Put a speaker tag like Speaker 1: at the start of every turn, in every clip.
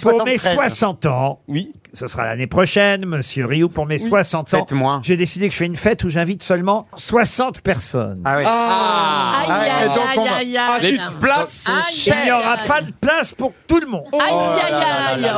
Speaker 1: Pour mes 60 ans,
Speaker 2: Oui.
Speaker 1: ce sera l'année prochaine, monsieur Rioux, pour mes 60 ans,
Speaker 2: Faites-moi.
Speaker 1: j'ai décidé que je fais une fête où j'invite seulement 60 personnes.
Speaker 2: Ah oui.
Speaker 3: Aïe,
Speaker 2: Ah,
Speaker 3: aïe,
Speaker 2: donc on va-
Speaker 3: aïe, aïe, aïe.
Speaker 4: places
Speaker 3: Aïe,
Speaker 1: Il n'y
Speaker 3: aïe,
Speaker 1: aura
Speaker 3: aïe.
Speaker 1: pas de place pour tout le monde.
Speaker 3: Aïe,
Speaker 5: Oh.
Speaker 3: aïe, aïe,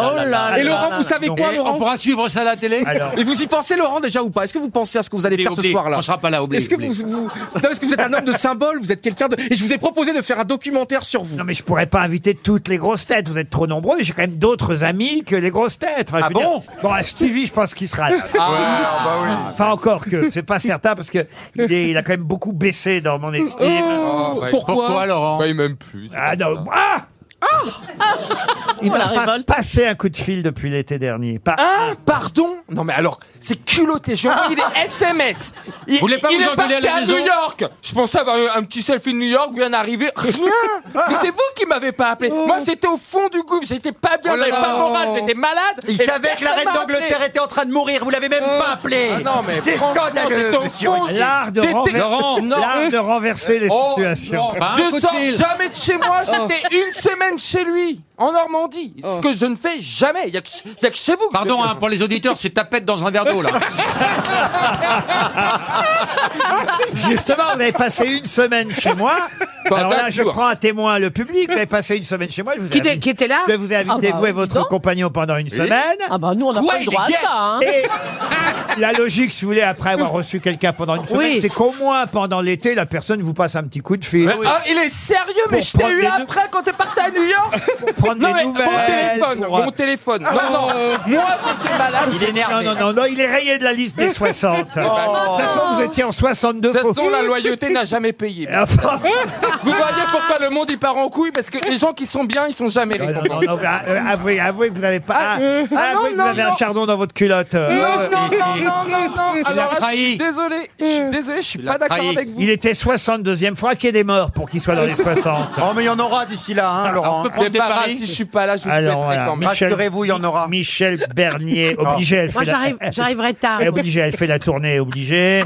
Speaker 3: oh là là.
Speaker 4: Et Laurent, vous savez
Speaker 1: Non.
Speaker 4: quoi,
Speaker 6: Et on
Speaker 4: Laurent
Speaker 6: pourra suivre ça à la télé
Speaker 1: Alors,
Speaker 4: Et vous y pensez, Laurent, déjà ou pas Est-ce que vous pensez à ce que vous allez
Speaker 6: Oublie,
Speaker 4: faire ce
Speaker 6: oublie.
Speaker 4: soir-là
Speaker 6: On sera pas là, oublie.
Speaker 4: Est-ce que
Speaker 6: oublie.
Speaker 4: vous, vous- Non, parce que vous êtes un homme de symbole, vous êtes quelqu'un de. Et je vous ai proposé de faire un documentaire sur vous.
Speaker 1: non mais je pourrais pas inviter toutes les grosses têtes, vous êtes trop nombreux, et j'ai quand même d'autres amis que les grosses têtes. Enfin, je
Speaker 4: Ah
Speaker 1: veux
Speaker 4: bon
Speaker 1: dire- Bon, Stevie, je pense qu'il sera là.
Speaker 2: Ah,
Speaker 1: Enfin encore que, c'est pas certain parce que il, est- il a quand même beaucoup baissé dans mon estime.
Speaker 4: Oh,
Speaker 6: Ouais,
Speaker 4: pourquoi,
Speaker 6: Pourquoi, Laurent
Speaker 2: bah oui. il m'aime plus.
Speaker 1: Ah non, ah Il
Speaker 3: la
Speaker 1: m'a pas
Speaker 3: révolte.
Speaker 1: passé un coup de fil depuis l'été dernier. Pas
Speaker 4: Ah, pardon Non, mais alors, c'est culotté. J'ai envoyé des SMS. Il,
Speaker 6: Vous voulez pas
Speaker 4: il
Speaker 6: vous
Speaker 4: est
Speaker 6: engueuler à
Speaker 4: parti
Speaker 6: la maison
Speaker 4: New York. Je pensais avoir eu un petit selfie de New York, bien arrivé. Rien. Mais c'est vous qui m'avez pas appelé. Moi, c'était au fond du gouffre. J'étais pas bien, j'avais pas moral, j'étais malade.
Speaker 7: Il
Speaker 4: Et
Speaker 7: savait que la
Speaker 4: personne
Speaker 7: reine
Speaker 4: m'a
Speaker 7: d'Angleterre
Speaker 4: appelé.
Speaker 7: était en train de mourir, vous l'avez même pas appelé
Speaker 4: Ah non, mais
Speaker 7: C'est
Speaker 4: franchement,
Speaker 7: scandaleux,
Speaker 4: j'étais au
Speaker 7: monsieur
Speaker 4: fond.
Speaker 1: L'art de,
Speaker 4: J'étais-
Speaker 1: renver-
Speaker 4: Laurent, non.
Speaker 1: l'art de renverser les
Speaker 4: Oh,
Speaker 1: situations.
Speaker 4: non.
Speaker 6: Bah, un coup
Speaker 4: je
Speaker 6: de
Speaker 4: sors
Speaker 6: fil.
Speaker 4: jamais de chez moi, j'étais une semaine chez lui, en Normandie, ce que je ne fais jamais. Il y a, que- il y a que chez vous. Ah, que
Speaker 6: Pardon,
Speaker 4: je-
Speaker 6: hein, pour les auditeurs, c'est tapette dans un verre d'eau, là.
Speaker 1: Justement, vous avez passé une semaine chez moi.
Speaker 4: Bah,
Speaker 1: Alors là,
Speaker 4: quatre
Speaker 1: je
Speaker 4: jours.
Speaker 1: prends à témoin le public. Vous avez passé une semaine chez moi. Je vous ai
Speaker 5: Qui, était-
Speaker 1: invité-
Speaker 5: qui était là
Speaker 1: je vous ai invité,
Speaker 3: Ah bah,
Speaker 1: vous et
Speaker 3: dis
Speaker 1: votre
Speaker 3: donc.
Speaker 1: compagnon, pendant une semaine.
Speaker 3: Ah bah nous on n'a
Speaker 4: Quoi,
Speaker 3: pas le
Speaker 4: il est
Speaker 3: droit à
Speaker 4: gay
Speaker 3: ça. Hein.
Speaker 1: Et la logique, si vous voulez, après avoir reçu quelqu'un pendant une semaine,
Speaker 5: Oui.
Speaker 1: c'est qu'au moins pendant l'été, la personne vous passe un petit coup de fil.
Speaker 4: Ah, il est sérieux, mais
Speaker 1: Pour
Speaker 4: je t'ai
Speaker 1: prendre
Speaker 4: eu
Speaker 1: des
Speaker 4: après quand t'es parti à New York.
Speaker 1: Prendre
Speaker 4: non,
Speaker 1: des
Speaker 4: mais
Speaker 1: nouvelles.
Speaker 4: mon téléphone,
Speaker 1: pour-
Speaker 4: mon téléphone. euh, Ah, Non, non, moi j'étais malade.
Speaker 7: Il est
Speaker 1: Non,
Speaker 7: énervé.
Speaker 1: non, non, non, il est rayé de la liste des 60. De toute façon, vous étiez en 62.
Speaker 4: Oh. De toute
Speaker 1: faut-
Speaker 4: façon, la loyauté n'a jamais payé.
Speaker 1: Enfin,
Speaker 4: Vous voyez pourquoi le monde il part en couille Parce que les gens qui sont bien, ils sont jamais
Speaker 1: non, non,
Speaker 4: récompensés.
Speaker 1: non, euh, avouez, avouez que vous n'avez pas.
Speaker 4: Ah, euh, ah,
Speaker 1: avouez
Speaker 4: non,
Speaker 1: que vous
Speaker 4: non,
Speaker 1: avez un
Speaker 4: non.
Speaker 1: chardon dans votre culotte. euh.
Speaker 4: Non, non, non, non, non, non. Alors là, je
Speaker 6: trahi.
Speaker 4: suis désolé, je suis désolé, je suis pas d'accord
Speaker 6: trahi.
Speaker 4: avec vous.
Speaker 1: Il était 62e. Faudra qu'il y ait des morts pour qu'il soit dans les 60.
Speaker 7: Oh, mais il y en aura d'ici là, hein, Laurent.
Speaker 6: on peut prendre
Speaker 4: C'est
Speaker 6: des
Speaker 4: pas grave
Speaker 6: paris.
Speaker 4: si je suis pas là, je vous le
Speaker 1: Alors,
Speaker 4: souhaiterais
Speaker 1: voilà,
Speaker 4: quand même.
Speaker 1: Michel-
Speaker 7: Rassurez-vous, il y en aura.
Speaker 1: Michel Bernier, obligé, elle fait
Speaker 5: Moi,
Speaker 1: la-
Speaker 5: j'arrive- j'arriverai tard.
Speaker 3: Eh,
Speaker 1: Elle est obligée, elle fait la tournée, obligée.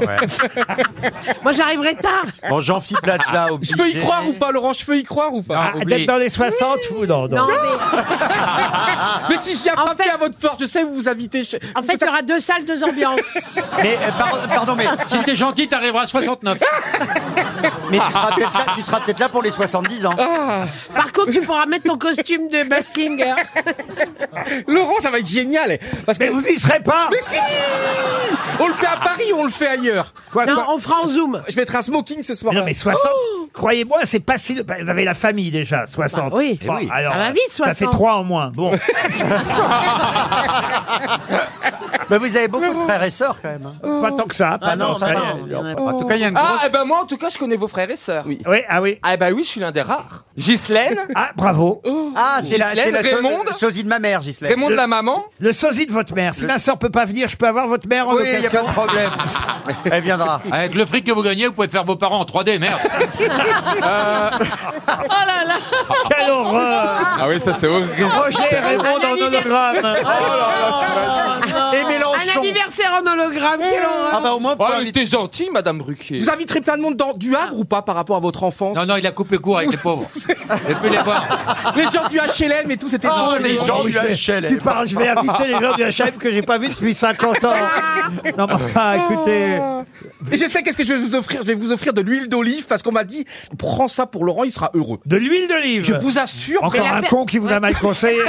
Speaker 5: Moi, j'arriverai tard.
Speaker 7: Bon, Jean-Phi Plaza,
Speaker 4: Je peux y croire ou pas, Laurent Je peux y croire ou pas
Speaker 1: Ah, D'être dans les 60, vous, non, non.
Speaker 5: Non, mais
Speaker 4: Mais si je viens frapper à votre porte, je sais où vous habitez. je-
Speaker 5: en fait, il y aura deux salles, deux ambiances.
Speaker 7: Mais, euh, par- pardon, mais,
Speaker 6: Si t'es gentil, t'arriveras à 69.
Speaker 7: mais tu seras peut-être là, tu seras peut-être là pour les 70 ans.
Speaker 5: Par contre, tu pourras mettre ton costume de Bustinger.
Speaker 4: Laurent, ça va être génial. eh. Parce que
Speaker 1: Mais vous y serez pas
Speaker 4: Mais si On le fait à Paris, on le fait ailleurs.
Speaker 1: Quoi,
Speaker 5: Non,
Speaker 1: quoi
Speaker 5: on fera en zoom.
Speaker 4: Je mettrai un smoking ce soir.
Speaker 1: Mais non, mais 60, croyez-moi, c'est pas si... bah, Vous avez la famille, déjà, 60.
Speaker 5: Bah oui.
Speaker 1: Bon,
Speaker 6: Eh oui.
Speaker 1: alors,
Speaker 5: Ça va vite,
Speaker 1: Ça fait
Speaker 5: 60.
Speaker 1: 3 en moins, bon.
Speaker 7: Mais vous avez beaucoup de frères et sœurs, quand même. hein.
Speaker 1: pas tant que ça, pas tant que Ah ça.
Speaker 7: bah
Speaker 6: En tout cas, il y a une grosse...
Speaker 4: Ah, eh ben moi, en tout cas, je connais vos frères et sœurs. Oui.
Speaker 1: Oui, ah oui.
Speaker 4: Ah, ben oui, je suis l'un des rares. Ghislaine,
Speaker 1: Ah, bravo.
Speaker 7: Ah, c'est la, c'est la so-
Speaker 4: Raymonde
Speaker 7: sosie de ma mère, Gisèle.
Speaker 4: Raymond de la maman.
Speaker 1: Le sosie de votre mère. Si ma soeur peut pas venir, je peux avoir votre mère en
Speaker 7: Oui, il n'y a
Speaker 1: location
Speaker 7: pas de problème. Elle viendra.
Speaker 4: Ah.
Speaker 6: Avec le fric que vous gagnez, vous pouvez faire vos parents en 3D, merde.
Speaker 3: Oh là là.
Speaker 1: Quelle horreur
Speaker 2: Ah oui, ça c'est horrible.
Speaker 1: Roger et Raymond en hologramme.
Speaker 7: Et
Speaker 5: Un
Speaker 7: Mélenchon.
Speaker 5: anniversaire en hologramme, quelle horreur.
Speaker 7: Ah bah au moins, vous
Speaker 4: Oh,
Speaker 7: pouvez
Speaker 4: elle
Speaker 7: inviter-
Speaker 4: était gentille, Madame Ruquier. Vous inviterez plein de monde dans, du Havre ou pas par rapport à votre enfance
Speaker 6: Non, non, il a coupé court avec les pauvres. Je peux les voir.
Speaker 4: Les gens du HLM et tout, c'était
Speaker 7: Oh, les gens du
Speaker 1: Je vais- Tu
Speaker 7: HL.
Speaker 1: parles, je vais inviter les gens du HM que j'ai pas vu depuis 50 ans. Non, mais enfin, écoutez.
Speaker 4: Oh. Et je sais qu'est-ce que je vais vous offrir. Je vais vous offrir de l'huile d'olive parce qu'on m'a dit prends ça pour Laurent, il sera heureux.
Speaker 1: De l'huile d'olive.
Speaker 4: Je vous assure.
Speaker 1: Encore
Speaker 5: Mais la
Speaker 1: un
Speaker 5: per-
Speaker 1: con qui vous a mal conseillé.